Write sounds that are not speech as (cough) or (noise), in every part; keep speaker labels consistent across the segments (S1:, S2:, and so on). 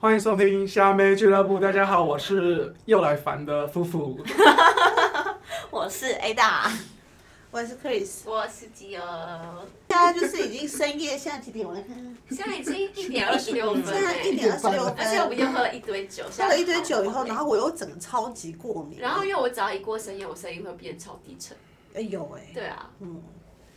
S1: 欢迎收听虾妹俱乐部，大家好，我是又来烦的夫妇。
S2: 我是 A 大，
S3: 我是 Chris，
S4: 我是吉儿，
S3: 现在就是已经深夜，现在几点？我来看看，
S4: 现在已经一点二十六分
S3: 现在一
S4: 嘞，
S3: 点二十六
S4: 而且我们
S3: 分，
S4: 又喝了一堆酒，
S3: 喝了一堆酒以后，然
S4: 后，
S3: 后我又整个超级过敏，
S4: 然后因为我只要一过深夜，我声音会变超低沉。
S3: 哎有哎，
S4: 对啊，
S3: 嗯，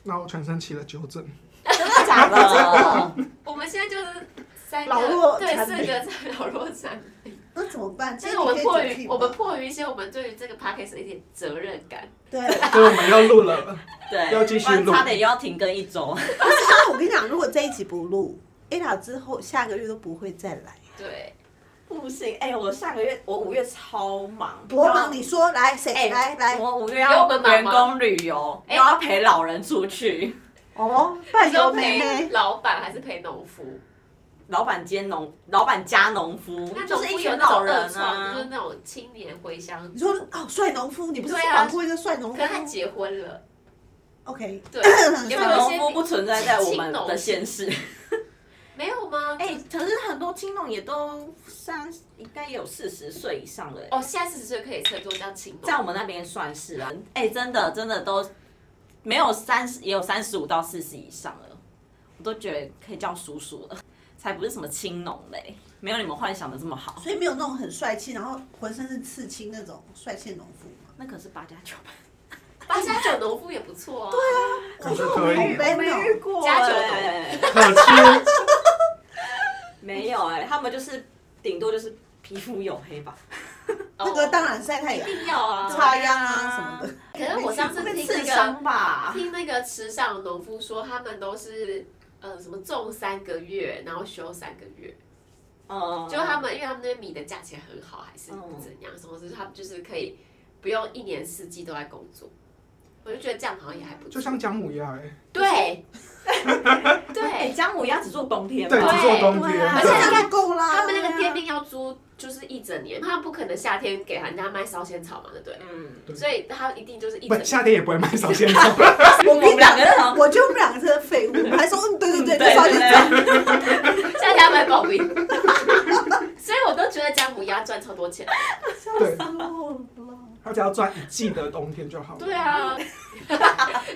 S1: 那我全身起了纠正，
S2: 真的假的？
S4: 我们现在就是三个，
S3: 老弱
S4: 对，
S3: 残
S4: 四
S3: 兵
S4: 个在老弱残兵。
S3: 那怎么办？
S4: 就
S3: 今
S4: 是
S3: 天
S4: 我们
S3: 你
S4: 迫
S3: 可以主
S4: 于
S3: 题
S4: 我们
S3: 吗？
S4: 迫于一些我们对于这个 podcast 的一点责任感。
S3: 对，但
S1: 所以我们又录了。
S2: 对，
S1: (laughs) 要继续录
S2: 不然差点又要停更一周。
S3: 是我跟你讲，如果这一集不录，Ada 之后下个月都不会再来。
S4: 对，
S2: 不行，哎、我下个月我五月超忙，
S3: 我帮你说，来谁
S2: 哎
S3: 来来
S2: 我五月
S4: 有
S2: 要
S4: 我们忙
S2: 员
S4: 吗
S2: 工旅游，又
S4: 哎
S2: 要陪老人出去，
S3: 哦，伴
S4: 你说
S3: 游妹
S4: 陪
S3: 妹，
S4: 老板还是陪农夫？
S2: 老板兼农，老板加农夫
S4: 那，
S2: 就
S4: 农
S2: 是
S4: 夫
S2: 一
S4: 有
S2: 群
S4: 那
S2: 老
S4: 种
S2: 人
S4: 二创，就是
S2: 啊。
S4: 那种青年回乡
S3: 你，说哦，帅农夫，你不是
S4: 对啊
S3: 玩过一个帅农
S4: 可是他
S3: 夫
S4: 结婚了，
S3: ？OK， (clears throat)
S4: 对，
S2: 因
S4: 有
S2: 为
S4: 没有一
S2: 农
S4: 些
S2: 夫不存在在我们
S4: 青农
S2: 的县市。
S4: 没有吗？
S2: 哎、可是很多青农也都三，应该有四十岁以上了、哎
S4: 哦，现在四十岁可以称作叫青农。
S2: 在我们那边算是啊，哎、真的真的都没有三十，也有三十五到四十以上了，我都觉得可以叫叔叔了，才不是什么青农嘞，没有你们幻想的这么好。
S3: 所以没有那种很帅气，然后浑身是刺青那种帅气农夫嘛。
S2: 那可是八加九吧？
S4: 八加九农夫也不错啊。对
S1: 可是
S3: 我
S1: 可以
S3: 好 man 哦
S2: 过
S4: 加九
S2: 哎
S1: 可惜
S2: 没有哎、他们就是顶多就是皮肤黝黑吧。
S4: 哦
S3: 那个当然晒太阳
S4: 一。定要啊。
S3: 插秧啊什么的。
S4: 可是哎我上次
S2: 会
S4: 听
S2: 刺
S4: 那个
S2: 伤吧？嗯
S4: 听那个池上农夫说，他们都是呃什么种三个月，然后休三个月，
S2: 嗯，
S4: 就他们因为他们那边米的价钱很好，还是
S2: 嗯
S4: 怎样，什么事他们就是可以不用一年四季都在工作。我就觉得这样好像也还不错，
S1: (laughs) 就像姜母鸭哎、
S4: 对
S2: 哎、
S4: 对，
S2: 姜母鸭只做冬天吧，
S1: 对，只做冬
S2: 对
S1: 天，
S2: 啊
S3: 而
S4: 而且
S3: 且
S4: 你看
S3: 就够啦。
S4: 他们那个店
S3: 对啊
S4: 面要租就是一整年，他们不可能夏天给人家卖烧仙草嘛，对不对？
S2: 嗯，
S1: 对
S4: 所以他一定就是一整
S1: 不，
S4: 年。
S1: 夏天也不会卖烧仙
S4: (laughs)
S1: 草。
S2: 我们两个人好像
S3: 我就我们两个真的废物，我们还说 (laughs) 嗯对对
S2: 对
S3: 对，那少
S2: 对
S3: 点
S2: 对。
S4: 下家买保密， (laughs) 所以我都觉得姜母鸭赚超多钱。
S1: 对，
S3: 哦
S1: 他只要赚一季的冬天就好了。
S4: 对啊，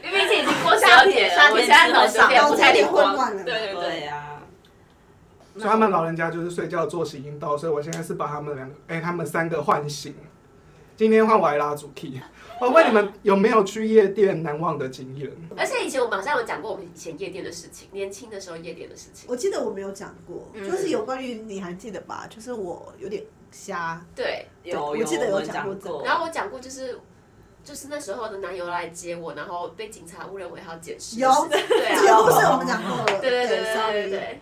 S4: 因为已经过夏天
S2: 夏天
S4: 了，我现在脑子有点不
S3: 夏天
S4: 太灵
S3: 吃得
S4: 光
S3: 上。
S4: 对对
S2: 对啊
S4: 对，
S2: 呀、
S1: 所以他们老人家就是睡觉作息已经到，所以我现在是把他们两个，哎、他们三个唤醒。今天换我来拉主 key，我问你们有没有去夜店难忘的经验？
S4: 而且以前我们好像有讲过我们以前夜店的事情，年轻的时候夜店的事情。
S3: (laughs) 我记得我没有讲过，
S2: 嗯
S3: 就是有关于你还记得吧？就是我有点瞎，
S4: 对，
S2: 有
S3: 我
S2: 有
S3: 记得有
S2: 们
S3: 讲
S2: 讲
S3: 过
S2: 过，
S4: 然后我讲过就是。就是那时候的男友来接我，然后被警察误认为他要捡尸。
S3: 有
S4: 对
S3: 这
S4: 啊，
S3: 个故事我们讲过了。
S4: (laughs) 对对对对对
S3: sorry
S4: 对。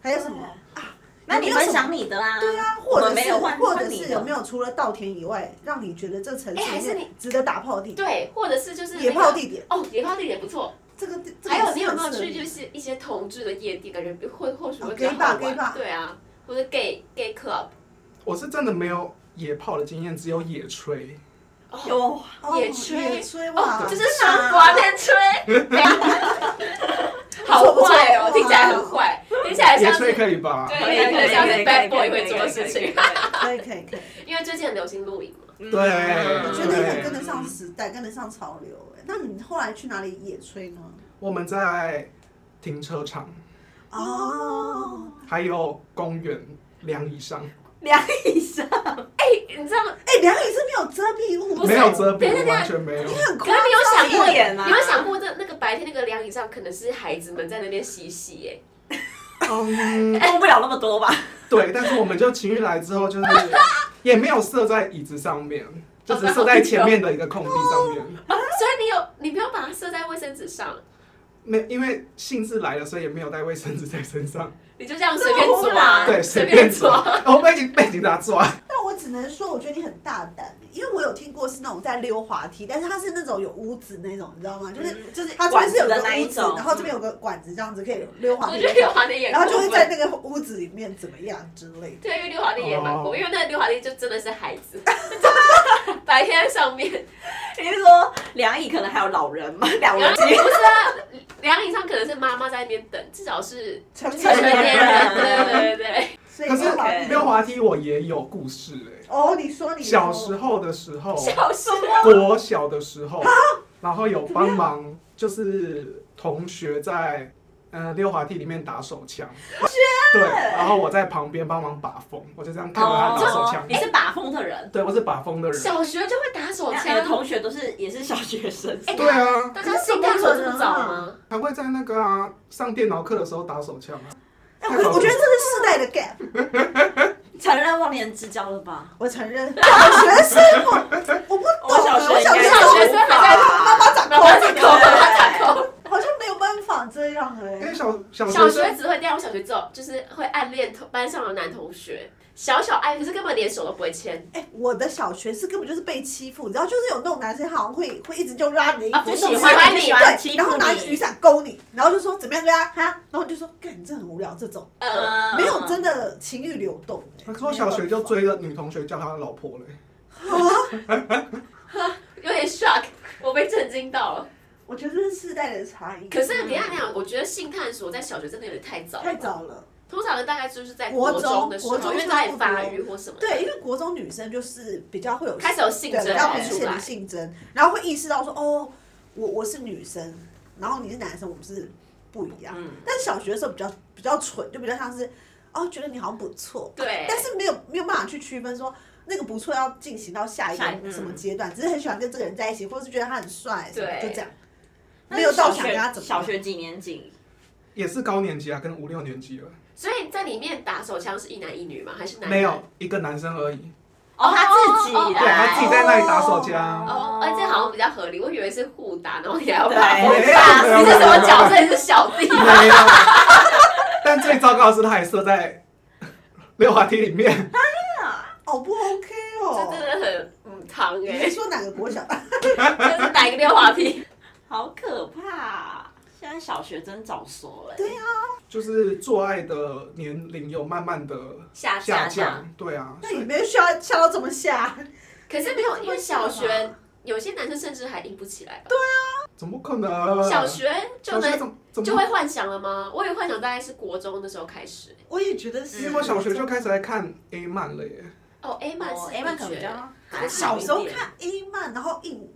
S3: 还有什么？啊
S2: 那你分享你的啊？
S3: 对啊，
S2: 我
S3: 或
S2: 们
S3: 者
S2: 没
S3: 是
S2: 有换
S3: 或者是有没
S2: 有？
S3: 有除了稻田以外，让你觉得这城
S4: 哎还
S3: 市
S4: 是
S3: 里面值得打炮的地点？
S4: 对，或者是就是那个
S3: 野炮地点，
S4: 哦，野炮地点不错。
S3: 这个地这个
S4: 还有你有没有
S3: 是很适合
S4: 去就是一些同志的夜店，感觉或或许会
S3: 哦
S4: 比
S3: gay
S4: 较好
S3: bar，
S4: 玩
S3: gay bar
S4: 对啊，或者 gay gay club，
S1: 我是真的没有野炮的经验，只有野炊。
S4: 哦，
S2: 有
S3: 哦
S4: 野炊
S3: 野炊哇
S4: 哦，就是傻瓜在吹，
S3: (laughs)
S4: 好坏哦，听起来很坏，听起来
S1: 野
S4: 像是
S1: 炊可以吧？
S4: 对可以可以像是 bad boy 会做的事情，
S3: 可以可以可以，
S4: 因为最近很流行露营嘛，
S2: 对
S1: 对
S3: 我觉得你很跟得上时代，跟得上潮流。哎，那你后来去哪里野炊呢？
S1: 我们在停车场，
S3: 哦，
S1: 还有公园两以上，
S2: 梁以上，
S4: 你知道吗？
S3: 哎、梁宇是没有遮蔽物，
S4: 不是
S1: 没有遮
S4: 等一下
S1: 蔽，完全没有
S3: 你。很
S4: 可
S3: 夸
S4: 是你有
S3: 张
S4: 想过
S2: 一点啊
S4: 你有想过这那个白天那个凉椅上可能是孩子们在那边嬉戏耶，
S1: 嗯，
S2: 动不了那么多吧？
S1: 对，但是我们就情侣来之后，就是也没有射在椅子上
S4: (laughs)
S1: 面，就只射在前面的一个空地上面。
S3: 啊
S4: 所以你有你不用把它射在卫生纸上，
S1: 没，因为兴致来了，所以也没有带卫生纸在身
S4: (laughs)
S1: 上。
S4: 你就这样随便
S3: 啊
S4: 抓，
S1: 对，
S4: 啊随
S1: 随便抓
S4: 抓。，
S1: (laughs) 然后被警被警察抓。
S3: 但我只能说，我觉得你很大胆，因为我有听过是那种在溜滑梯，但是它是那种有屋子那种，你知道吗？就是
S2: 嗯就是
S3: 它就是有
S2: 管子
S3: 个
S2: 的那
S3: 屋
S2: 一
S3: 子，
S2: 种
S3: 然后这边有个管子，这样子可以溜滑
S4: 我
S3: 梯
S4: 觉，得溜滑梯也
S3: 然后就
S4: 过
S3: 会
S4: 分
S3: 在那个屋子里面怎么样之类的。
S4: 对，因为溜滑梯也蛮酷，
S1: 哦
S4: 因为那个溜滑梯就真的是孩子，白天在上面，
S2: 你是说梁毅可能还有老人吗？两人机
S4: 不是啊，梁以上可能是妈妈在那边等，至少是
S3: 成
S4: 成
S2: 成
S4: 年
S2: 年
S4: 人，
S2: 人
S4: 对对对对，
S3: 所以
S1: 可是
S3: 溜滑梯
S1: 溜滑梯我也有故事哎、
S3: 哦，你说你说
S1: 小时候的时候，
S4: 笑死。
S1: 国小的时候，然后有帮忙，就是同学在呃溜滑梯里面打手枪，对，然后我在旁边帮忙把风，我就这样看着他打手枪
S2: 你，是把风的人，
S1: 对，我是把风的人，
S4: 哦小学就会打手
S2: 你的
S4: 枪，
S2: 同学都是也是小学生，
S4: 哎
S1: 对啊，
S4: 大家性探索这么早吗？
S1: 还会在那个啊上电脑课的时候打手枪啊，
S3: 哎，我我觉得这是世代的 gap，
S2: 承认忘年之交了吧？
S3: 我承认。小学生我我不懂，啊
S2: 我小学
S3: 我小
S2: 应
S3: 学
S2: 该
S4: 小学
S3: 生
S4: 生还在
S3: 妈妈掌
S4: 妈妈
S3: 控，
S4: 在抠，妈妈在抠。
S3: 好像没有办法这样
S1: 因为
S3: 哎。
S1: 小小
S4: 小
S1: 学
S4: 学
S1: 生
S4: 只会掉，我小学之后就是会暗恋同班上的男同学，小小爱，可是根本连手都不会牵。
S3: 哎，我的小学是根本就是被欺负，你知道，就是有那种男生好像会会一直就拉你，
S4: 啊不
S3: 一直
S4: 喜
S3: 弄
S4: 欢
S3: 你对
S4: 你喜
S2: 欢欺负
S3: 然后拿
S2: 你
S3: 雨伞勾你，然后就说怎么样对啊哈，然后你就说干，你这很无聊这种，
S4: 呃，
S2: 嗯
S3: 没有真的情欲流动。欸
S1: 可是我小学就追了女同学，叫她老婆嘞。
S4: 有点 shock，我被震惊到了。
S3: 我觉得这是世代的差异。
S4: 可是你看，你看，我觉得性探索在小学真的有点太早，
S3: 太。早了。
S4: 通常大概就是在
S3: 国
S4: 国
S3: 中
S4: 中的时候，
S3: 国中
S4: 因为在
S3: 差不多
S4: 发育或什么。
S3: 对，因为国中女生就是比较会有
S4: 开始有性征
S3: 对比较明
S4: 出
S3: 显
S4: 来
S3: 的性征，然后会意识到说，哦，我我是女生，然后你是男生，我们是不一样。
S2: 嗯，
S3: 但是小学的时候比较比较蠢，就比较像是哦，觉得你好像不错，
S4: 对，
S3: 但是没有没有办法去区分说那个不错要进行到下一
S2: 下一
S3: 个
S2: 嗯
S3: 什么阶段，只是很喜欢跟这个人在一起，或者是觉得他很帅，什么
S4: 对
S3: 就这样。
S2: 那
S3: 没有到
S2: 小
S3: 想跟他
S2: 学
S3: 怎么样
S2: 小学几年级？
S1: 也是高年级啊，跟五六年级了，
S4: 所以在里面打手枪是一男一女吗？还是男
S1: 没有？一个男生而已，
S2: 哦，他自己
S4: 哦
S1: 对他自己
S2: 来，
S1: 在那里打手枪，
S4: 哦，而且好像比较合理，我以为是互打，然后你还要打
S2: 对
S4: 我
S1: 没有
S4: 你是什么角色？你是小
S1: (laughs)
S4: 弟吗？
S1: 没有。但最糟糕的是，他还射在溜滑梯里面。
S3: 哦，不 OK
S4: 这
S3: 哦。
S4: 真的很嗯糖
S3: 你
S4: 哎
S3: 是，说哪个国小？ (laughs)
S4: 就是打一个溜滑梯。
S2: 好可怕！现在小学真早熟欸了，
S3: 对
S2: 呀，
S1: 就是做爱的年龄有慢慢的
S2: 下
S1: 下
S2: 下
S1: 降，对啊，
S3: 那也没有需要笑到这么下。
S4: 可是没有，因为小学有些男生甚至还硬不起来吧。
S1: 怎么可能？
S4: 小学就
S1: 小学
S4: 能
S1: 怎怎
S4: 就
S1: 么？
S4: 会幻想了吗？我也幻想大概是国中的时候开始。
S3: 我也觉得
S1: 因
S3: 是，
S1: 为我小学就开始在看 A 漫了耶，
S4: 哦，A 漫是
S2: A 曼可能比较
S4: 我
S3: 小时候
S2: 一点
S3: 看 A 漫，然后硬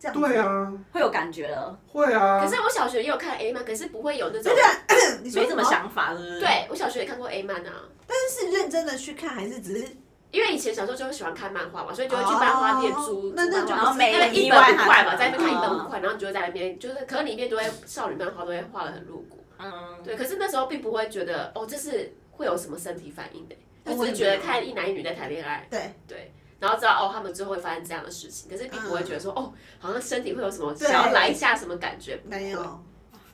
S3: 这样。
S1: 对，啊，
S2: 会有感觉了，
S1: 会啊。
S4: 可是我小学也有看 A 漫，可是不会有那种
S3: 对。对，嗯你说
S2: 没什么
S3: 想。
S2: 想法，是不是？
S4: 对，我小学也看过 A 漫啊，
S3: 但是认真的去看，还是只是
S4: 因为以前小时候就会喜欢看漫画嘛，所以就会去漫画店租
S3: 哦
S4: 租
S3: 那那
S4: 漫
S3: 就
S4: 画
S2: 然后每
S4: 那个一
S2: 意
S4: 本
S2: 外
S4: 五
S2: 还
S4: 块嘛，在那边看一本五块，然后你就会在那
S3: 嗯
S4: 边，就是可能里面都会少女漫画都会画的很露骨，
S2: 嗯，
S4: 对。可是那时候并不会觉得哦，这是会有什么身体反应的，
S2: 哦
S4: 就
S2: 我
S4: 是
S2: 也
S4: 觉得
S2: 没有
S4: 看一男一女在谈恋爱，
S3: 对
S4: 对。然后知道哦，他们之后会发生这样的事情，可是并不会觉得说、哦，好像身体会有什么
S3: 对
S4: 想要来一下什么
S3: (laughs)
S4: 感觉，
S3: 没有。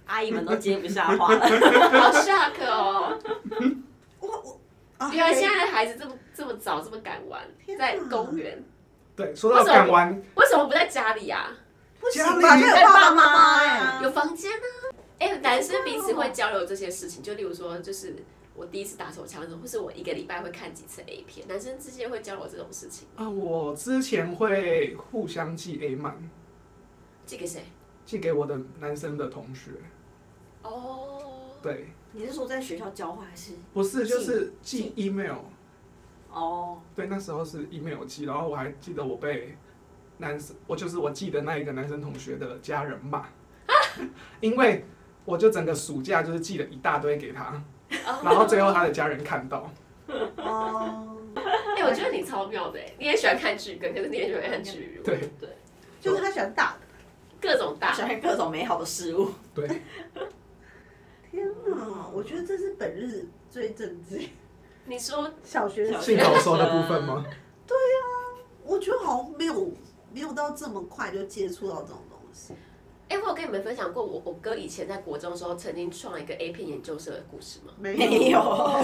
S2: 阿姨们都接不下话了。
S4: 好 shock 哦！
S3: 我我啊
S4: 原来现在的孩子这么这么早这么敢玩，
S3: 天哪
S4: 在公园，
S1: 对，说到港湾，
S4: 为什么不在家里啊？
S3: 不行
S1: 家里
S3: 吧？没有爸妈妈
S2: 啊
S3: 哎，
S4: 有房间啊。哎、男生彼此会交流这些事情，就例如说，就是我第一次打手枪的时候，或是我一个礼拜会看几次 A 片，男生之间会交流这种事情。
S1: 啊，我之前会互相寄 A 漫，
S4: 寄给谁？
S1: 寄给我的男生的同学，
S4: 哦，
S1: 对，
S2: 你是说在学校交换还是？
S1: 不是就是寄 email。
S2: 哦，
S1: 对，那时候是 email 寄，然后我还记得我被男生，我就是我记得那一个男生同学的家人骂， (laughs) 因为我就整个暑假就是寄了一大堆给他，
S2: 哦
S1: 然后最后他的家人看到，
S3: 哦，
S4: (laughs) 哎、我觉得你超妙的、哎，你也喜欢看剧跟，可是你也喜欢看剧，
S1: 对，啊
S3: 就是他喜欢大的。
S4: 各种大
S2: 喜。欢各种美好的事物。 (laughs)
S1: 对，
S3: 天哪，我觉得这是本日最震惊。
S4: 你说
S3: 小学的时
S1: 性
S3: 候，
S1: 口说的部分
S2: (laughs)
S1: 吗？
S3: 我觉得好像没有没有到这么快就接触到这种东西。
S4: 哎、我有跟你们分享过我我哥以前在国中的时候曾经创了一个 A 片研究社的故事吗？
S3: 没
S2: 没有
S1: 哦，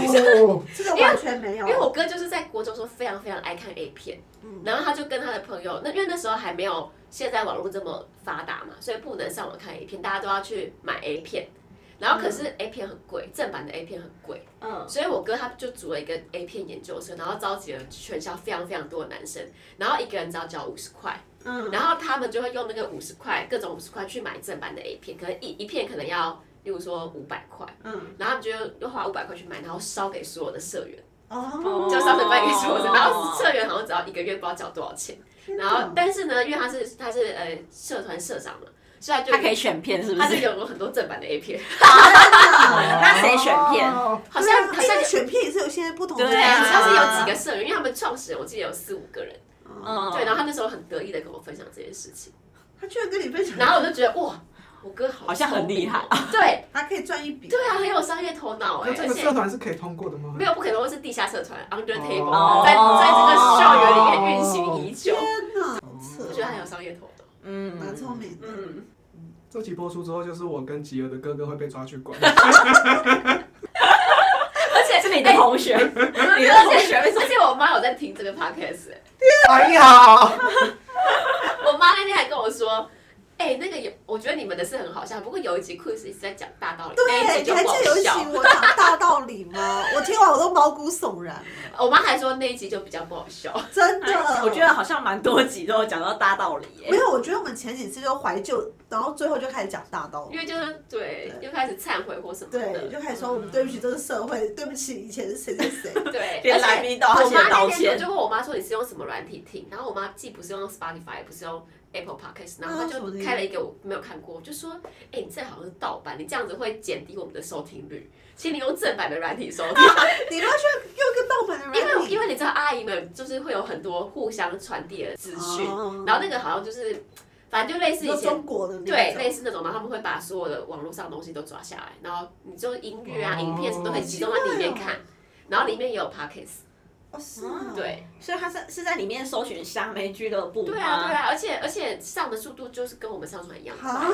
S3: 这个完全没有
S4: 因。为我哥就是在国中的时候非常非常爱看 A 片，
S3: 嗯
S4: 然后他就跟他的朋友，那因为那时候还没有现在网络这么发达嘛，所以不能上网看 A 片，大家都要去买 A 片。然后可是 A 片很贵，正版的 A 片很贵，
S2: 嗯，
S4: 所以我哥他就组了一个 A 片研究生，然后召集了全校非常非常多的男生，然后一个人只要交五十块，
S3: 嗯，
S4: 然后他们就会用那个五十块，各种五十块去买正版的 A 片，可能一一片可能要，例如说五百块，
S3: 嗯，
S4: 然后他们就又花五百块去买，然后烧给所有的社员。
S3: 哦，
S4: 就烧水办给所有
S2: 哦
S4: 人，然后社员好像只要一个月不知道缴多少钱，然
S2: 嗯
S4: 后但是呢，因为他是他是呃社团社长嘛，所以他就
S2: 他可以选片是不？
S4: 他就是有了很多正版的
S2: (laughs)
S4: A 片，
S3: (laughs)
S2: 那谁选片？
S1: 哦
S4: 好像
S3: 对啊
S4: 好
S3: 因
S4: 像
S3: 为选片也是有现在不同的，
S2: 对啊
S4: 他是有几个社员，因为他们创始人我记得有四五个人，
S2: 嗯，
S4: 对，然后他那时候很得意的跟我分享这件事情，
S3: 他居然跟你分享，
S4: 然后我就觉得哇，我哥好
S2: 好像很厉害
S4: 聪明哦，对
S3: 还可以赚一笔，
S4: 对啊，很有商业头脑哎，
S1: 那这
S4: 而
S1: 个
S4: 且
S1: 社团是可以通过的吗？
S4: 没有不可能会是地下社团 under table，、
S1: 哦
S4: 在在这个校园里面运行已久，
S2: 哦
S3: 天哪，哦
S4: 我觉得他很有商业头脑，
S2: 嗯，
S3: 蛮聪明的。
S4: 嗯，
S1: 这期播出之后，就是我跟吉儿的哥哥会被抓去关。
S4: 而且
S2: 是你的同学，你的同学 (laughs) 为什么
S4: 而且我妈有在听这个 podcast，、欸、
S1: 哎呀，
S4: 我妈那天还跟我说，哎、那个有，我觉得你们的是很好笑，不过有一集 quiz 一直在讲大道理，那一
S3: 对，
S4: 集
S3: 你
S4: 就
S3: 还
S4: 不
S3: 记
S4: 好
S3: 得有一集
S4: 笑。
S3: 我讲大道理吗？ (laughs) 我听完我都毛骨悚然，
S4: 我妈还说那一集就比较不好笑，
S3: 真
S4: 哎
S3: 的。
S2: 哎我觉得好像蛮多集都有讲到大道理
S3: 没
S2: 耶。
S3: 有，我觉得我们前几次就怀旧，然后最后就开始讲大道理，
S4: 因为呃就是对，
S3: 对
S4: 又开始忏悔或什么的，
S3: 对，就开始说我们对不起这个社会，对不起以前是谁谁谁。
S4: 对，
S2: 连
S4: 而
S2: 来
S4: 且
S2: 宾都要
S4: 我妈
S2: 先道
S4: 那天
S2: 歉
S4: 就，就问我妈说你是用什么软体听，然后我妈既不是用 Spotify，也不是用 Apple Podcast，然后她
S3: 啊什么
S4: 就
S3: 的
S4: 开了一个我没有看过，我就说，哎、你这好像是盗版，你这样子会减低我们的收听率，请你用正版的软体收听。
S3: 你要去用一个盗版的
S4: 因
S3: 软
S4: 为
S3: 体，
S4: 因为你知道阿姨们就是会有很多互相传递的资讯，
S3: 哦
S4: 然后那个好像就是，反正就类似以
S3: 你说
S4: 前
S3: 中国的那种
S4: 对类似那种，然后他们会把所有的网络上的东西都抓下来，然后你就音乐啊、
S1: 哦
S4: 影片什么都可以集中在里面看，然后里面也有 podcast，
S3: 哦是啊，
S4: 对
S2: 所以他是是在里面搜寻虾妹俱乐部吗
S4: 对啊对啊，而且而且上的速度就是跟我们上传一样
S3: 啊
S4: 快，，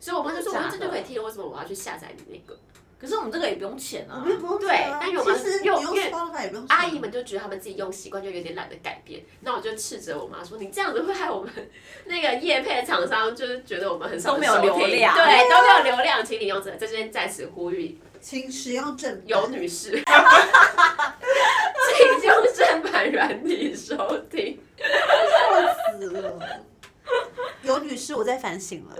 S4: 所以我妈就
S2: 真
S4: 说
S2: 的
S4: 我
S2: 假的
S4: 这就可以听了，为什么我要去下载你那个？
S2: 可是我们这个也不用钱
S3: 我
S2: 啊。
S3: 们不用
S4: 对
S3: 钱啊
S4: 但是我们
S3: 其实你
S4: 用
S3: 用
S4: 因为
S3: Spotify 也不用啊钱
S4: 阿姨们就觉得他们自己用习惯，就有点懒得改变。那我就斥责我妈说：“你这样子会害我们那个业配厂商，就是觉得我们很少
S2: 都没有
S4: 收听
S2: 流量
S4: 对，都没有流量，请你用这个在这边暂时呼吁
S3: 请使用正
S4: 有
S3: 版
S4: 女士，请用正版软体收听。
S3: 笑死了。有女士，我在反省了，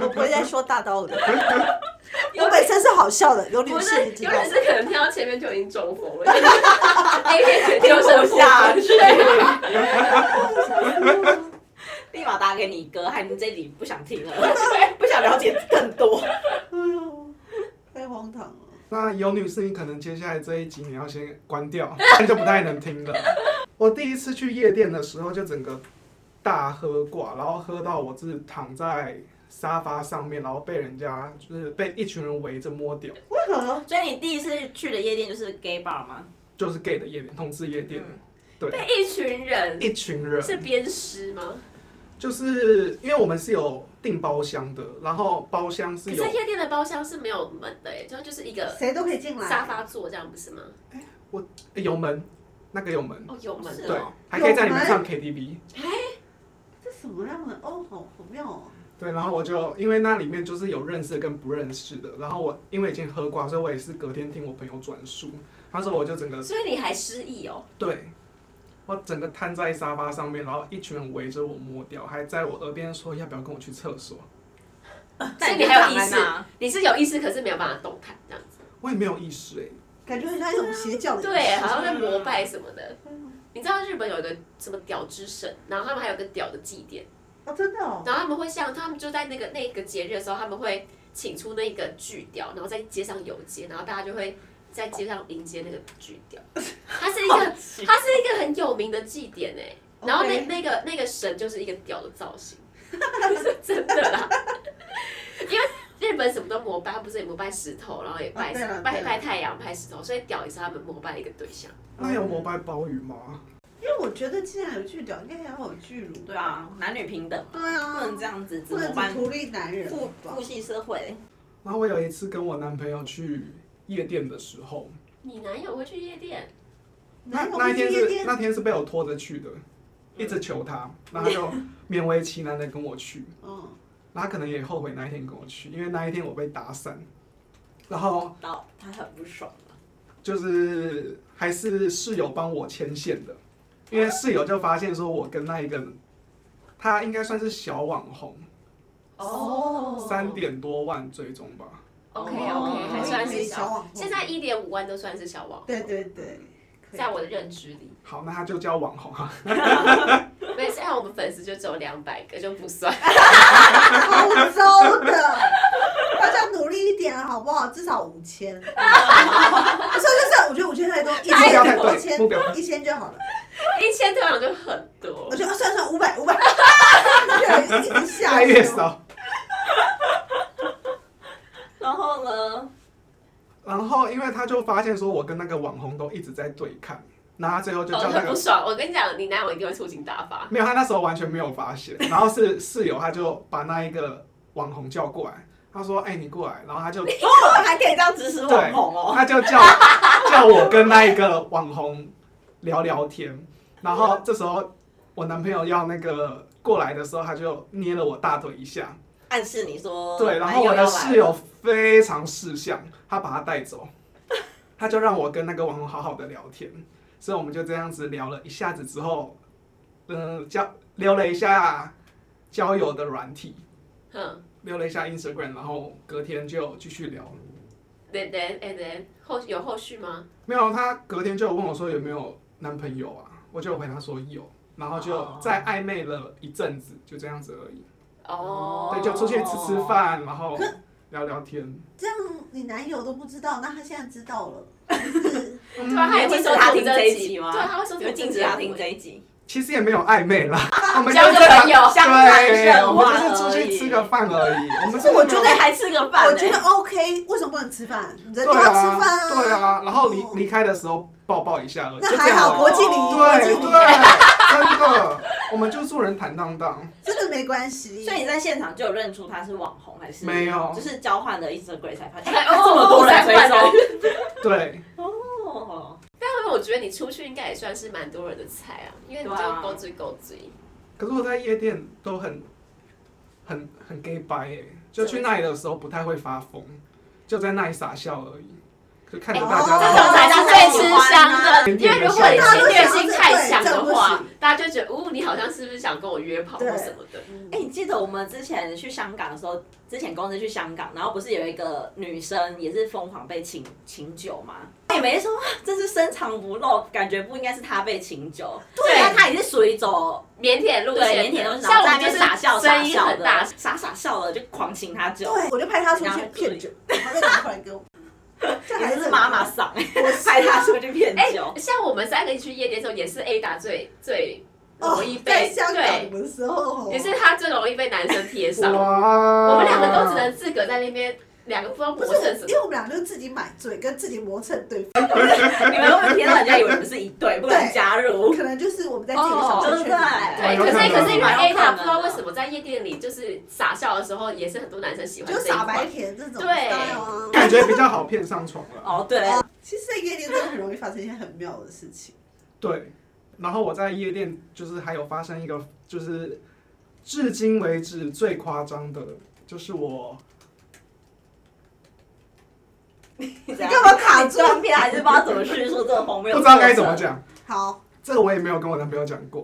S3: 我不会再说大道理。我本身是好笑的，有女
S4: 不是
S3: 士你知
S4: 有
S3: 道
S4: 点
S3: 吗
S4: 是可能听到前面就已经中风了
S2: 哎
S4: ，A 片丢生
S2: 听不下
S4: 去。
S2: 立马打给你哥，害你这集不想听了，不想了解更多。
S3: 哎呦，太荒唐了。
S1: 那有女士，你可能接下来这一集你要先关掉， (laughs) 那就不太能听了。我第一次去夜店的时候，就整个大喝挂，然后喝到我是躺在沙发上面，然后被人家就是被一群人围着摸屌，
S3: 为何？
S2: 所以你第一次去的夜店就是 gay bar 吗？
S1: 就是 gay 的夜店，同志夜店，
S4: 被 (laughs) 一群人
S1: 一群人
S4: 是鞭尸吗？
S1: 就是因为我们是有订包厢的，然后包厢
S4: 可
S1: 是有
S4: 是，夜店的包厢是没有门的、欸，就就是一个
S3: 谁都可以进来。
S4: 沙发座这样，不是吗？
S1: 诶有哎门，那个有门，
S4: 哦，有门
S2: 是
S1: 对
S2: 哦，
S1: 还可以在里面
S3: 有门
S1: 唱 KTV。
S3: 这什么样的？哦，好好妙哦。
S1: 对，然后我就因为那里面就是有认识跟不认识的，然后我因为已经喝挂，所以我也是隔天听我朋友转述，那时候我就整个
S4: 所以你还失忆哦？
S1: 对，我整个瘫在沙发上面，然后一群人围着我摸掉，还在我耳边说要不要跟我去厕所，
S2: 那
S4: 所以
S2: 就
S4: 啊你啊还有
S2: 躺
S4: 意
S2: 在
S4: 识
S2: 那，
S4: 你是有意识，可是没有办法动弹这样子。
S1: 我也没有意识哎、
S3: 感觉很像一种邪教的仪式。
S4: 对，好啊像在膜拜什么的。你知道日本有一个什么屌之神，然后他们还有个屌的祭典，
S3: 哦，真的哦，
S4: 然后他们会像他们就在那个那个节日的时候，他们会请出那个巨屌，然后在街上游街，然后大家就会在街上迎接那个巨屌。
S3: (laughs)
S4: 它是一个它是一个很有名的祭典哎、然后那
S3: OK
S4: 那个那个神就是一个屌的造型， (laughs) 是真的啦。因为日本什么都膜拜，他不是也膜拜石头，然后也拜、
S3: 啊对了
S4: 拜
S3: 对了
S4: 拜太阳、拜石头，所以屌也是他们膜拜的一个对象。
S1: 那有膜拜包雨吗？
S3: 因为我觉得既然有巨屌，应该还要有巨乳。
S2: 对啊，，男女平等嘛，
S3: 对啊，
S2: 不能这，样子，怎
S3: 不
S2: 么
S3: 能
S2: 办
S3: 只？图利男人
S2: 父
S3: 吧
S2: 父？系社会，
S1: 然后我有一次跟我男朋友去夜店的时候，
S4: 你男友会去夜店？
S1: 那
S3: 哪有
S1: 那一
S3: 会去
S1: 天
S3: 夜
S1: 是
S3: 店
S1: 那天是被我拖着去的，一直求他，然后他就勉为其难的跟我去，
S3: 嗯，
S1: 然后他可能也后悔那一天跟我去，因为那一天我被打散，然后
S2: 然后他很不爽嘛。
S1: 就是还是室友帮我牵线的，因为室友就发现说我跟那一个，他应该算是小网红，
S4: 哦
S1: 三点多万追踪吧。
S4: OK
S1: 哦
S4: OK，还算是
S3: 小
S4: 小，
S3: 网红，
S4: 现在一点五万都算是小网，
S3: 对对对，可以 (laughs)
S4: 在我的认知里，
S1: 好，那他就叫网红啊。
S4: 没事，哎像我们粉丝就只有两百个，就不算。
S3: 好糟的，大家努力一点好不好？至少五千，
S4: (laughs)
S3: 不是就是我觉得五千太多，一
S1: 目标太对
S3: 千一千
S1: 目标
S3: 一千就好了。
S4: 一千对我来讲就很多
S3: 我，觉得哦算算五百五百，
S1: (laughs)
S3: 一直
S1: 越
S3: 下
S1: 来越。少。
S2: 然后呢？
S1: 然后因为他就发现说我跟那个网红都一直在对抗，那他最后就
S4: 哦，
S1: 叫那
S4: 很
S1: 个、
S4: 不爽。我跟你讲，你男友一定会出警大发。
S1: 没有，他那时候完全没有发现。然后是室友，他就把那一个网红叫过来，他说：“哎、你过来。”然后他就对，
S2: 哦，还可以这样指使网红哦。
S1: 他就叫叫我 (laughs) 跟那一个网红聊聊天。然后这时候我男朋友要那个过来的时候，他就捏了我大腿一下。
S2: 暗示你说，
S1: 对，然后我的室
S2: 哎
S1: 友非常识相，他把他带走，他就让我跟那个网红好好的聊天，所以我们就这样子聊了一下子之后，嗯、交聊了一下交友的软体，
S4: 嗯
S1: 聊了一下 Instagram，然后隔天就继续聊了。
S4: ，then then and then 后有后续吗？
S1: 没有，他隔天就有问我说有没有男朋友啊，我就回答说有，然后就
S2: 哦
S1: 再暧昧了一阵子，就这样子而已。
S4: 哦，
S1: 对，就出去吃吃饭，然后聊聊天。
S3: 这样你男友都不知道，那他现在知道了，
S2: 有禁止
S4: 对啊，他已经收
S2: 他
S4: 听
S2: 听这
S4: 这
S2: 一集吗？
S4: 对，他会收
S2: 有
S4: 听
S2: 禁止他听这一集。
S1: 其实也没有暧昧啦，我们就
S4: 交个
S1: 是
S4: 朋友
S2: 相谈
S1: 对，
S2: 甚
S1: 我
S2: 欢
S1: 们就是出去吃个饭而已。我们
S3: 是我
S1: 真的
S3: 觉得
S1: 没有
S2: 还吃个
S4: 啊
S2: 饭呢，欸
S3: 我觉得 OK，为什么不能吃饭？你在地
S1: 对
S3: 方
S1: 啊，
S3: 吃饭
S1: 对
S3: 啊，
S1: 啊，然后离
S3: 哦
S1: 离开的时候抱抱一下而已，
S3: 那
S1: 就这
S3: 还
S1: 样
S3: 好，
S1: 而
S3: 国
S1: 已
S3: 际礼仪，国际
S1: 对
S3: 礼
S1: 对，
S3: 仪
S1: 真的，我们就做人坦荡荡。
S3: 真的没关系。
S2: 所以你在现场就有认出他是网红还是
S1: 没有
S2: 就是交换的 Instagram 才发现，
S4: 哎
S2: 哎，这么多人追
S4: 哦我才换
S2: 踪。
S1: 对，
S2: 哦，
S4: 但因为我觉得你出去应该也算是蛮多人的菜啊，因为你
S2: 对
S4: 就
S2: 啊
S4: 勾追勾追，
S1: 可是我在夜店都很很很 gay 白哎，就去那里的时候不太会发疯，就在那里傻笑而已，就看着
S2: 哎
S1: 大
S3: 哦
S4: 这种才
S1: 家
S4: 是最吃香的。因为如果你侵略性太强
S3: 大家
S4: 的
S3: 都想要
S4: 话
S3: 这，
S4: 大家就觉得，哦，你好像是不是想跟我约炮或什么的？
S2: 哎，你记得我们之前去香港的时候，之前公司去香港，然后不是有一个女生也是疯狂被请请酒吗？也没说这是深藏不露，感觉不应该是她被请酒，
S4: 对
S2: 但她也是属于走
S4: 腼腆路
S2: 啊对
S4: 线，
S2: 腼腆都是
S4: 像
S2: 然后
S4: 我
S2: 在
S4: 们
S2: 那
S4: 就是
S2: 边傻笑傻
S4: 声音
S2: 笑
S4: 很
S2: 的
S4: 大，，
S2: 傻傻笑的就狂请她酒，
S3: 对，我就派他出去骗酒，然后再拿回来
S4: (laughs)
S3: 给我。这
S2: 也
S3: 还
S2: 是妈妈嗓，
S3: 我
S2: (laughs) 害她出去骗
S4: 哎、
S2: 酒。
S4: 像我们三个一起去夜店的时候，也是 A 打最最容
S3: 哦
S4: 易，被、
S3: 在香港
S4: 对，
S3: 的时候，
S4: 也是他最容易被男生贴上。我
S1: 哇，
S4: 们两个都只能自个在那边，两个不知道
S3: 不
S4: 磨
S3: 是
S4: 蹭
S3: 我
S4: 什，
S3: 因
S4: 么。
S3: 为我们俩就自己买醉，跟自己磨蹭对方，
S2: (laughs) 你们会不会听到人家以为你们是一对，不
S4: (laughs)
S2: 能加入？
S3: 可能就是我们在自己的小
S2: 对
S3: 圈
S2: 不对
S3: 圈里面。
S1: 哦
S4: 对，
S1: 有
S4: 可是
S1: 可能
S4: 可是因为
S2: 有可能
S4: A 打不知道为什么在夜店里就是傻笑的时候，也是很多男生喜欢
S3: 就
S4: 这一
S3: 傻白
S4: 款。
S3: 甜啊这种，
S4: 对
S3: 当然啊
S1: 感觉比较好骗上床了。
S4: (laughs)
S2: 哦，对，
S3: 哦其实，在夜店真的很容易发生一些很妙的事情。
S1: 对，然后我在夜店就是还有发生一个，就是至今为止最夸张的，就是我
S2: 你
S3: 你干嘛卡住？
S2: 断片还是不知道怎么叙述这个荒谬？
S1: 不知
S4: (laughs)
S1: 道该怎么。讲，
S3: 好，
S1: 这个我也没有跟我男朋友讲过，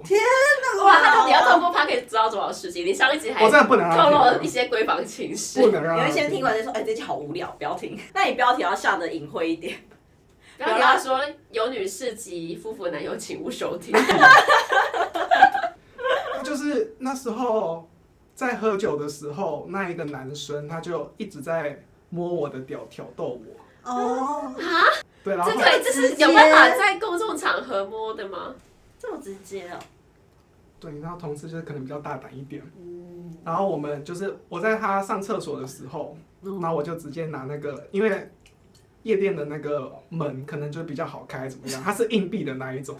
S4: 哇，他到底要透过 p o 知道多少事情？你上一集还
S1: 我真的不能
S4: 透
S1: 让
S4: 露
S1: 他
S4: 了一
S1: 听，
S4: 些闺房情事
S1: 不，能让
S2: (laughs) 你
S1: 他
S2: 会先听
S1: 听。
S2: 完再说，哎，这集好无聊，不要听。那你标题要下的隐晦一点。
S4: 然后你要说有女士及夫妇男友，请勿收听。
S1: (laughs) 就是那时候在喝酒的时候，那一个男生他就一直在摸我的屌挑逗我，
S3: 哦，
S1: 对，然后
S4: 这个哎这是有办法在公众场合摸的吗？
S2: 这么直接哦，
S1: 对，然后同事就是可能比较大胆一点。然后我们就是我在他上厕所的时候，然后我就直接拿那个，因为夜店的那个门可能就比较好开，怎么样？它是硬币的那一种，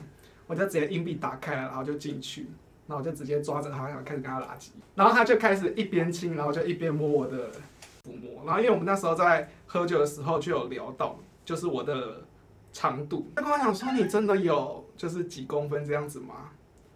S1: 我就直接硬币打开了，然后就进去，然后我就直接抓着他，然后开始跟他拉鸡，然后他就开始一边亲，然后就一边摸我的抚摸。然后因为我们那时候在喝酒的时候就有聊到，就是我的长度，他跟我讲说你真的有就是几公分这样子吗？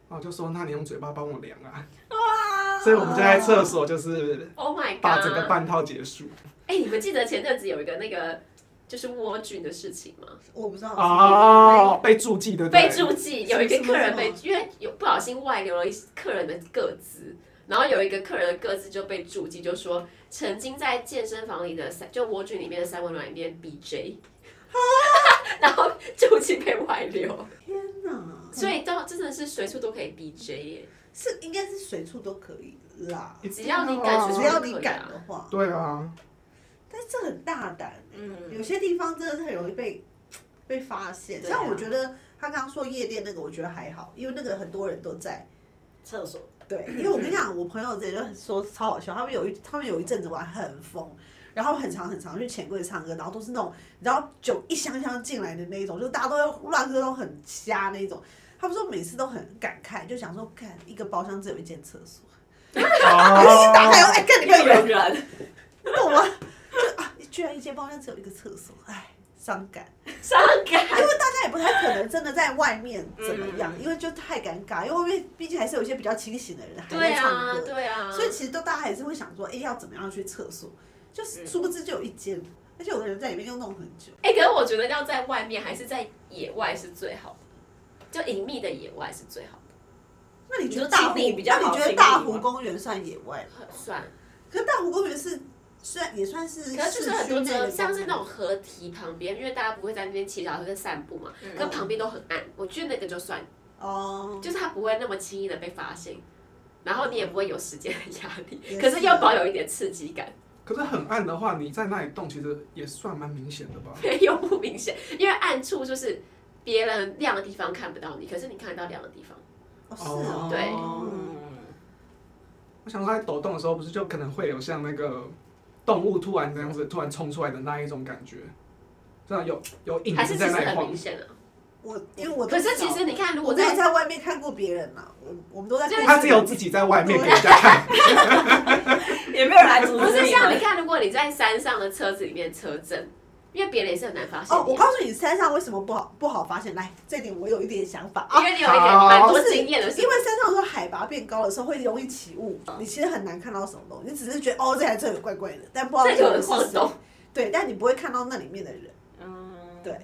S1: 然后我就说那你用嘴巴帮我量啊。
S2: 哇，
S1: 所以我们就在厕所就是
S4: ，Oh my god！
S1: 把整个半套结束。
S4: 哎、你们记得前阵子有一个那个就是窝菌的事情吗？
S3: 我不知道
S1: 哦，被注记对不对？
S4: 被注记有一个客人被
S3: 什么，
S4: 因为有不小心外流了一客人的个资，然后有一个客人的个资就被注记，就说曾经在健身房里的三就窝菌里面的三温暖里面 BJ，然后注记被外流，
S3: 天哪，
S4: 所以到真的是随处都可以 BJ 耶，
S3: 是应该是随处都可以啦，
S4: 只要你敢
S1: 哦
S3: 只
S4: 随处
S3: 要
S4: 都
S3: 你
S4: 可以
S3: 敢
S4: 啊
S3: 的话。
S1: 对啊，
S3: 但这很大胆，
S2: 嗯，
S3: 有些地方真的是很容易被被发现。
S2: 对啊
S3: 像我觉得他刚刚说夜店那个，我觉得还好，因为那个很多人都在。
S2: 厕所
S3: 对，因为我跟你讲，我朋友这就说超好笑，他们有一他们有一阵子玩很疯，然后很常很常去钱柜唱歌，然后都是那种你知道酒一箱箱进来的那一种，就大家都会乱喝，都很瞎那一种。他们说每次都很感慨，就想说，看一个包厢只有一间厕所，
S1: 哦
S3: 可
S4: (laughs)
S3: 是一打开，哎，看你看
S2: 又
S3: 有人
S2: 有人，
S3: 懂吗？就啊，居然一间包厢只有一个厕所，哎，伤感。
S2: 伤感。
S3: 那也不太可能真的在外面怎么样，
S2: 嗯
S3: 因为就太尴尬，因为外面毕竟还是有一些比较清醒的人还
S4: 对
S3: 在唱
S4: 啊，
S3: 歌，
S4: 对啊，
S3: 所以其实都大家还是会想说，哎、要怎么样去厕所？就是
S2: 嗯
S3: 殊不知就有一间，而且有的人在里面就弄很久。
S4: 哎、可是我觉得要在外面还是在野外是最好的，就隐秘的野外是最好
S3: 那你觉得
S2: 你说
S3: 大湖
S2: 清理比较
S3: 那
S2: 好
S3: 你觉得
S2: 清理
S3: 大
S2: 吗
S3: 湖公园算野外吗？
S4: 的，算。
S3: 可是大湖公园是虽然也算是市
S4: 可是就是很
S3: 区
S4: 多
S3: 内
S4: 遮，
S3: 的，
S4: 像是那种。河堤旁边，因为大家不会在那边骑脚踏车散步嘛，
S3: 嗯
S4: 可旁边都很暗，我觉得那个就算，
S3: 哦，
S4: 就是它不会那么轻易的被发现，然后你也不会有时间的压力，
S3: 也
S4: 可
S3: 是
S4: 是又保有一点刺激感， (laughs)
S1: 可是很暗的话，你在那里动其实也算蛮明显的吧？
S4: 又不明显，因为暗处就是别人亮的地方看不到你，可是你看得到亮的地方。
S3: 哦是哦，
S4: 对
S3: 嗯
S1: 我想说在抖动的时候，不是就可能会有像那个动物突然这样子突然冲出来的那一种感觉，这样有有影
S4: 还是
S1: 子
S4: 其
S1: 在
S4: 实
S1: 那里
S4: 很
S1: 晃
S4: 明。显的，
S3: 我因为我都
S4: 可是
S3: 少
S4: 其实你看，如
S3: 我
S4: 果
S3: 没有
S4: 在
S3: 在外面看过别人啦，我我们都在
S4: 就
S3: 公
S4: 是
S1: 他
S3: 司
S1: 只有自己在外面给人家看，
S2: 也没有人来阻
S4: 不
S2: 止
S4: 是
S2: 你
S4: 像你
S2: 们。
S4: 看，如果你在山上的车子里面车震，因为别人也是很难发现
S3: 哦，我
S4: 你啊，
S3: 告诉你，山上为什么不好不好发现？来，这点我有一点想法
S4: 因
S3: 啊。
S4: 哦为你有一点蛮多经验的
S3: 不
S4: 事
S3: 是因为山上的时候海拔变高的时候会容易起雾，你其实很难看到什么东西，你只是觉得哦这台车有怪怪的，但不知道
S4: 这
S3: 这
S4: 有
S3: 个
S4: 人
S3: 人
S4: 晃
S3: 是谁
S4: 动，。
S3: 对，但你不会看到那里面的人。
S2: 嗯，
S3: 对，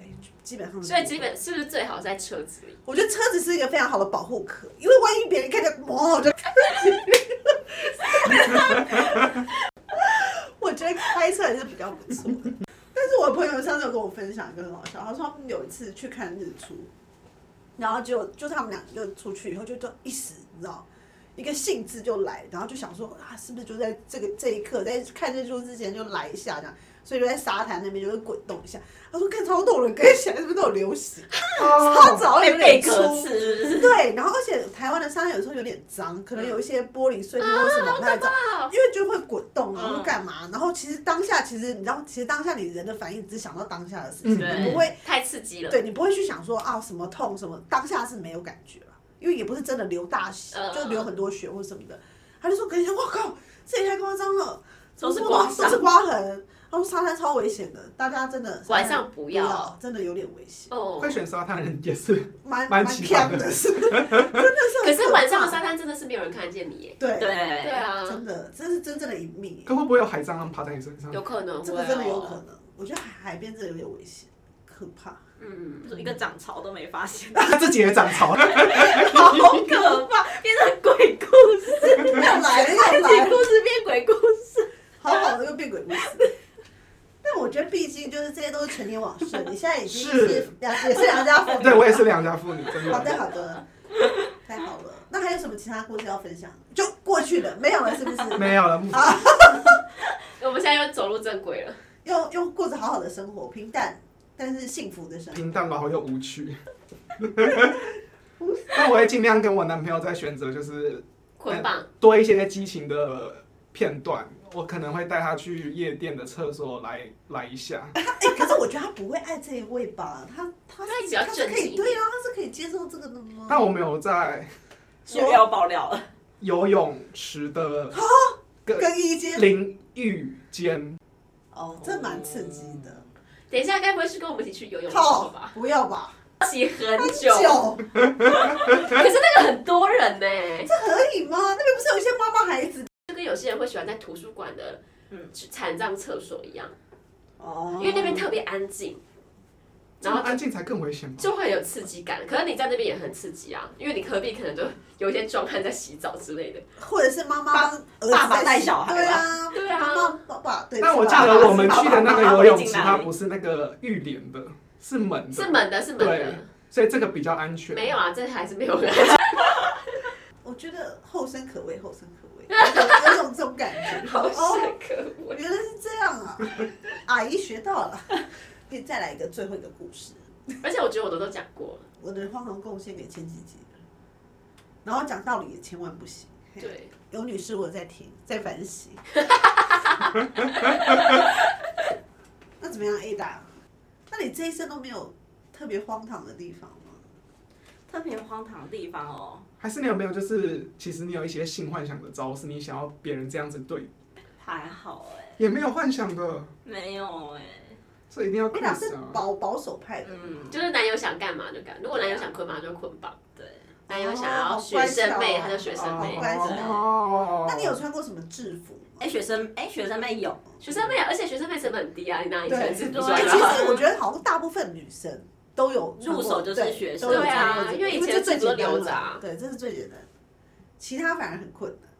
S3: 基本上是
S4: 所以基本是不是最好在车子里？
S3: 我觉得车子是一个非常好的保护壳，因为万一别人看见，哦，就 (laughs) 我觉得开车还是比较不错。但是我朋友上次有跟我分享一个很好笑，他说他们有一次去看日出，然后就就他们俩就出去以后就就一时你知道。一个兴致就来，然后就想说啊，是不是就在这个这一刻，在看日出之前就来一下这样，所以就在沙滩那边就是滚动一下。他说看超多人，跟起来是不是都有流行？超
S1: 哦，
S3: 早有
S2: 被
S3: 点
S2: 被
S3: 出，
S2: 可耻。
S3: 对，然后而且台湾的沙滩有时候有点脏，可能有一些玻璃碎片或什么不太脏，
S4: 啊
S3: 因为就会滚动啊，
S2: 嗯
S3: 或干嘛。然后其实当下，其实你知道，其实当下你人的反应只想到当下的事情，
S1: 嗯
S3: 你不会，
S4: 太刺激了。
S3: 对你不会去想说啊什么痛什么，当下是没有感觉了，因为也不是真的流大血，
S4: 嗯
S3: 就流很多血或什么的。他就说，跟你讲，我靠，这也太夸张了，
S2: 都是
S3: 哇
S2: 刮
S3: 都是
S2: 伤，
S3: 刮痕。他说沙滩超危险的，大家真的
S4: 晚上不要
S3: 真的有点危险，
S4: 哦
S1: 会，选沙滩人也是
S3: 蛮
S1: 蛮奇怪
S3: 强
S1: 的
S3: 的，是真的是。
S4: 可是晚上的沙滩真的是没有人看见你耶。
S3: 对
S4: 对
S2: 对，
S4: 啊
S3: 真，的，这是真正的隐秘，
S1: 可会不会有海蟑螂爬在你身上？
S4: 有可能
S3: 这
S4: 会
S3: 个
S4: 哦
S3: 真的有可。能。我觉得海海边真的有点危险，可怕， (laughs)
S4: 嗯，
S2: 一个涨潮都没发现，
S1: (laughs) 他自己也长
S3: (laughs)
S1: 潮了，
S2: 好可
S4: (laughs)
S2: 怕，变成鬼故事，
S3: 又来了又
S2: 爱
S3: 来
S2: 情
S3: 了，
S2: 故事变鬼故事。
S3: (laughs) 好好的又变鬼故事。但我觉得，毕竟就是这些都是陈年往事，你现在已经是
S1: 是
S3: 两也是良
S4: (laughs)
S3: 家妇女。
S1: 对我也是良家妇女，真
S3: 好的
S1: 的。
S3: 好的，太好了。那还有什么其他故事要分享？就过去的没有了，是不是？
S1: 没有了，目前
S4: 我们现在又走入正轨了。
S3: 又又过着好好的生活，平淡但是幸福的生活。
S1: 平淡然后又无趣。 (laughs) 但我会尽量跟我男朋友再选择，就是
S4: 捆绑，
S1: 多一些激情的片段。我可能会带他去夜店的厕所来来一下，
S3: 哎、可是我觉得他不会爱这一位吧？他他
S4: 他比较
S3: 他是可
S4: 正经
S3: 以
S4: 一点
S3: 对啊，他是可以接受这个的吗？
S1: 但我没有在
S2: 先不要爆料了，
S1: 游泳池的跟
S3: 更衣间
S1: 淋浴间，
S3: 哦，这蛮刺激的。
S4: 哦等一下该不会是跟我们一起去游泳的时候
S3: 靠
S4: 吧？，
S3: 不要吧？
S4: 挤很久，
S3: 酒
S4: 可是那个很多人呢、
S3: 可以吗？那边不是有一些妈妈孩子
S4: 就跟有些人会喜欢在图书馆的
S2: 嗯
S4: 残障厕所一样，
S3: 哦
S4: 因为那边特别安静，
S1: 这
S4: 然
S1: 么
S4: 后
S1: 安静才更危险吧？
S4: 就会有刺激感。可是你在那边也很刺激啊，因为你隔壁可能就有一些壮汉在洗澡之类的。
S3: 或者是妈妈帮儿子
S2: 爸爸带
S3: 洗
S2: 小孩
S3: 对啊，
S4: 对啊
S3: 妈妈爸爸对。
S1: 但我
S3: 是
S1: 记
S3: 爸爸
S1: 得我们去的那个游泳池，
S2: 爸爸
S1: 它不是那个浴帘的，是
S3: 嗯
S1: 门的，
S4: 是门的，是门的，
S1: 所以这个比较安全。
S4: 没有啊，这还是没有人。
S3: 我觉得后生可畏，后生可畏，有种这种感觉。
S4: 好
S3: 哦，
S4: 深刻，我
S3: 原来是这样啊！阿姨学到了。可以再来一个最后一个故事，
S4: 而且我觉得我的都讲过了，
S3: 我的荒唐贡献给前几集了然后讲道理也千万不行。嘿，
S4: 对，
S3: 有女士我在听，在反省。那怎么样，Ada？那你这一生都没有特别荒唐的地方吗？
S2: 特别荒唐的地方哦，
S1: 还是你有没有就是，其实你有一些性幻想的招式，你想要别人这样子对，
S2: 还好哎、
S1: 也没有幻想的，
S2: 没有哎、
S1: 所以一定要
S3: 你
S1: 酷
S3: 俩是
S1: 死啊！
S3: 保保守派的，
S2: 嗯，
S4: 就是男友想干嘛就干，如果男友想捆绑就捆绑，
S2: 对，
S4: 男友想要学生妹他就学生
S3: 哦
S4: 妹
S3: 好，乖巧
S1: 哦
S3: 那你有穿过什么制服吗？
S2: 哎、学生哎、学生妹有，
S4: 学生妹，啊，而且学生妹成本很低啊，你拿以
S3: 对
S4: 前是不
S2: 对
S4: 出
S3: 哎
S4: 来
S2: 啊
S4: 的
S3: 其实我觉得好像大部分女生都有穿过
S2: 入手就是学生
S3: 对
S4: 对啊
S3: 都有穿过这个
S4: 因为以前
S3: 这最简单
S4: 制服都留
S3: 的
S4: 着啊
S3: 对，这是最简单的，其他反而很困难，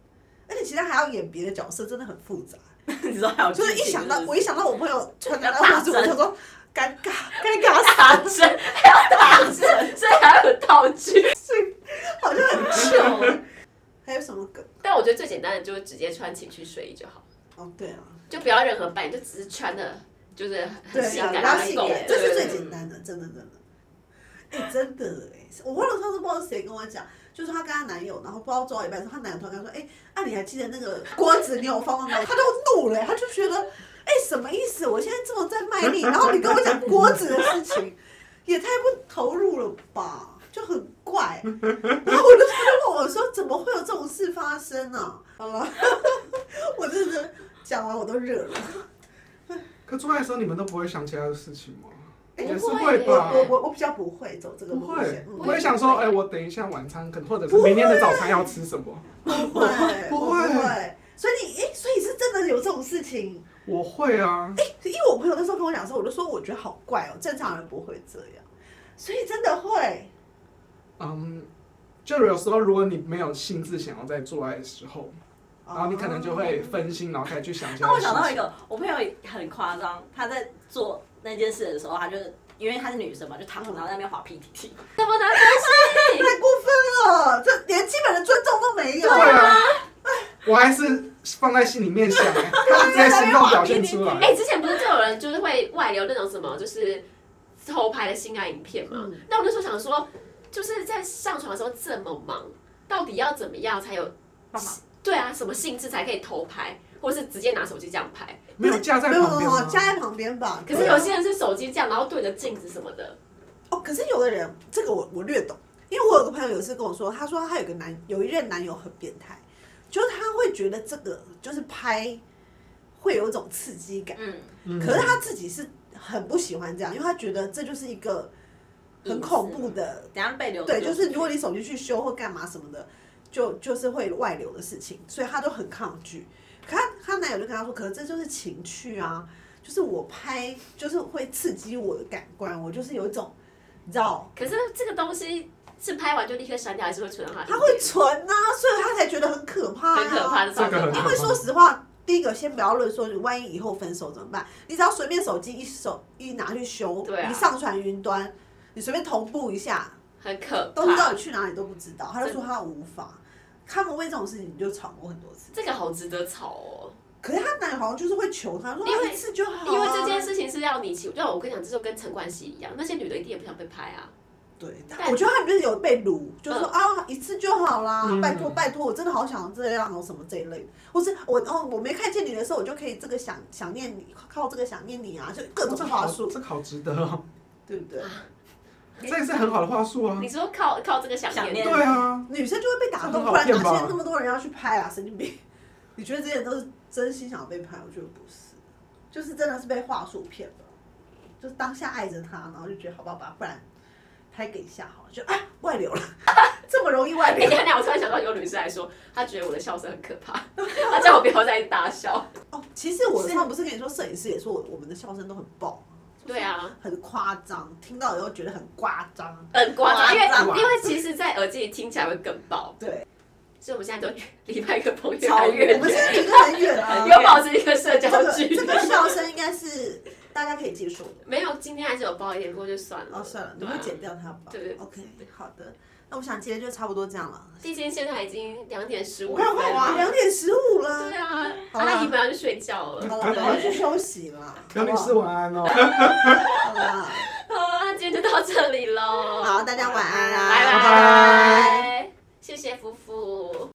S3: 而且其他还要演别的角色，真的很复杂。
S2: (laughs) 你说还有
S3: 就是一
S2: 剧情
S3: 想到
S2: 是不
S3: 我
S2: 是
S3: 一想到我朋友穿的那
S2: 要
S3: 个
S2: 打
S3: 裤子，我
S2: 针
S3: 就说尴尬尴尬死
S4: 打
S3: (laughs)
S4: 针，还要打针， (laughs) 所以还要有道具。
S3: 好像很糗。还有什么梗？
S4: 但我觉得最简单的就是直接穿情趣睡衣就好，
S3: 哦，对啊，
S4: 就不要任何扮，就只是穿的，就是很
S3: 对
S4: 性
S3: 啊，
S4: 感，
S3: 然后
S4: 很
S3: 性
S4: 动
S3: 感，
S4: 人
S3: 这是最
S4: 对嗯
S3: 简单的，真的真的。哎、真的哎、我忘了上次不知道谁跟我讲，就是她跟她男友，然后不知道做到一半的时候，她男友突然跟她说：“哎、啊，你还记得那个锅子你有放到哪里？”她都怒了、欸她就觉得：“哎、什么意思？我现在这么在卖力，然后你跟我讲锅子的事情，也太不投入了吧？”就很怪，然后我就问我说：“怎么会有这种事发生呢、啊？”好了， (laughs) 我真的讲完我都热了。
S1: 可出来的时候你们都不会想其他的事情吗？
S4: 哎
S1: 也是
S4: 不会
S1: 会
S4: 耶
S1: 吧？
S3: 我我我比较不会走这个
S1: 不
S3: 路
S1: 会
S3: 线，，
S1: 不
S4: 我
S1: 会
S4: 也
S1: 想说，哎，我等一下晚餐，可能或者是明天的早餐要吃什么？
S3: 嗯不会，
S1: 不
S3: 不
S1: 会
S3: 会。所以你，哎，所以是真的有这种事情。
S1: 我会啊，
S3: 因为我朋友那时候跟我讲的时候，我就说我觉得好怪哦，正常人不会这样。所以真的会，
S1: 嗯，就有时候如果你没有兴致想要再做爱的时候，然后你可能就会
S3: 哦
S1: 分心，然后开始去想其
S2: 那
S1: 他
S2: 我
S1: 的事
S2: 想到一
S1: 情。
S2: 个，我朋友很夸张，她在做那件事的时候，她就是因为她是女生嘛，就躺着然后在那边滑 PPT，
S4: 怎么拿东西？
S3: 太过分了，这连基本的尊重都没有。
S1: 对啊，我还是放在心里面想，哎他是直接行动表现出来。
S4: 哎、之前不是就有人就是会外流那种什么，就是偷拍的性爱影片嘛？
S3: 嗯
S4: 那我那时候想说，就是在上床的时候这么忙，到底要怎么样才有？
S2: 干嘛？
S4: 对啊，什么性质才可以偷拍，或是直接拿手机这样拍？
S3: 啊
S1: 没有架在
S3: 没有没
S1: 旁
S3: 有没
S1: 边
S3: 有，
S1: 吗？
S3: 加在旁边吧。
S4: 可是有些人是手机这样，然后对着镜子什么的，
S3: 哦，可是有的人，这个我我略懂，因为我有个朋友有一次跟我说，他说他有个男有一任男友很变态，就是他会觉得这个就是拍会有一种刺激感。
S2: 嗯，
S1: 嗯
S3: 可是他自己是很不喜欢这样，因为他觉得这就是一个很恐怖的，
S2: 等下被流
S3: 对，就是如果你手机去修或干嘛什么的，就就是会外流的事情，所以他都很抗拒。可他他男友就跟他说，可是这就是情趣啊，就是我拍就是会刺激我的感官，我就是有一种，你知道。
S4: 可是这个东西是拍完就立刻删掉，还是会存到它里面？
S3: 他会存啊，所以他才觉得很可怕、啊，
S4: 很可怕的照
S1: 这个很
S4: 片
S1: 可
S3: 因
S1: 怕
S3: 为说实话，第一个先不要论说，你万一以后分手怎么办？你只要随便手机一手一拿去修，
S4: 对啊
S3: 你上传云端，你随便同步一下，
S4: 很可
S3: 都知道
S4: 怕。
S3: 你去哪里都不知道。他就说他无法，他们为这种事情就吵过很多次。
S4: 这个好值得吵哦，
S3: 可是他男友好像就是会求他说，
S4: 因为
S3: 啊一次就好、啊，
S4: 因为这件事情是要你起，就我跟你讲，这就跟陈冠希一样，那些女的一定也不想被拍啊。
S3: 对，
S4: 但
S3: 我觉得他们就是有被掳，就说、
S4: 嗯
S3: 啊一次就好啦，
S1: 嗯
S3: 拜托拜托，我真的好想这样哦什么这一类的，或是我哦我没看见你的时候，我就可以这个想想念你，靠这个想念你啊，就各
S1: 哦这
S3: 种
S1: 好
S3: 话术，
S1: 这个好值得哦，
S3: 对不对？
S1: 这也是很好的话术
S3: 嗯
S1: 啊
S4: 你。说靠靠这个想
S2: 想
S4: 念
S2: 念
S4: 你，
S1: 对啊，
S3: 女生就会被打
S1: 这很
S3: 动，
S1: 好
S3: 不然哪
S1: 骗吧
S3: 现在那么多人要去拍啊，神经病！你觉得这些人都是真心想要被拍？我觉得不是，就是真的是被话术骗了，就是当下爱着他，然后就觉得好不好吧，不然。拍给一下好了，就啊外流了， (laughs) 这么容易外
S4: (laughs) 哎、
S3: 流
S4: (laughs) 等一下，我突然想到有女生来说，她觉得我的笑声很可怕， (laughs) 她叫我不要再大笑。
S3: 哦。其实我上次不是跟你说，摄影师也说我我们的笑声都很爆，
S4: 对啊，
S3: 很夸张，听到以后觉得很夸张。
S4: 很夸张，因
S3: 夸
S1: 张
S4: 为因为其实，在耳机里听起来会更爆，
S3: 对，
S4: 所以我们现在都离麦克风越来
S3: 超
S4: 越
S3: 远，
S4: 远
S3: 我，们现在离得很远啊。
S4: 有保持一个社交
S3: 这个
S4: 距
S3: 这
S4: 离
S3: 个。笑声应该是大家可以接受的。
S4: 没有，今天还是有爆一点，过就算了。
S3: 哦，算了，你
S4: 对
S3: 会
S4: 啊
S3: 剪掉它吧？
S4: 对对对
S3: OK，好的。那我想今天就差不多这样了。
S4: 毕竟现在已经两点十五
S3: 我
S4: 分
S3: 看
S4: 了。
S3: 我啊两点十五了
S4: 对。啊，
S3: 好啦
S4: 阿姨本来要去睡觉了。
S3: 好了，我要去休息了。
S1: 刘女士
S3: 好
S1: 晚安哦。
S3: 不好好了，
S4: 好，那今天就到这里喽。
S3: 好，大家晚安啊，
S4: 拜拜。谢谢夫妇。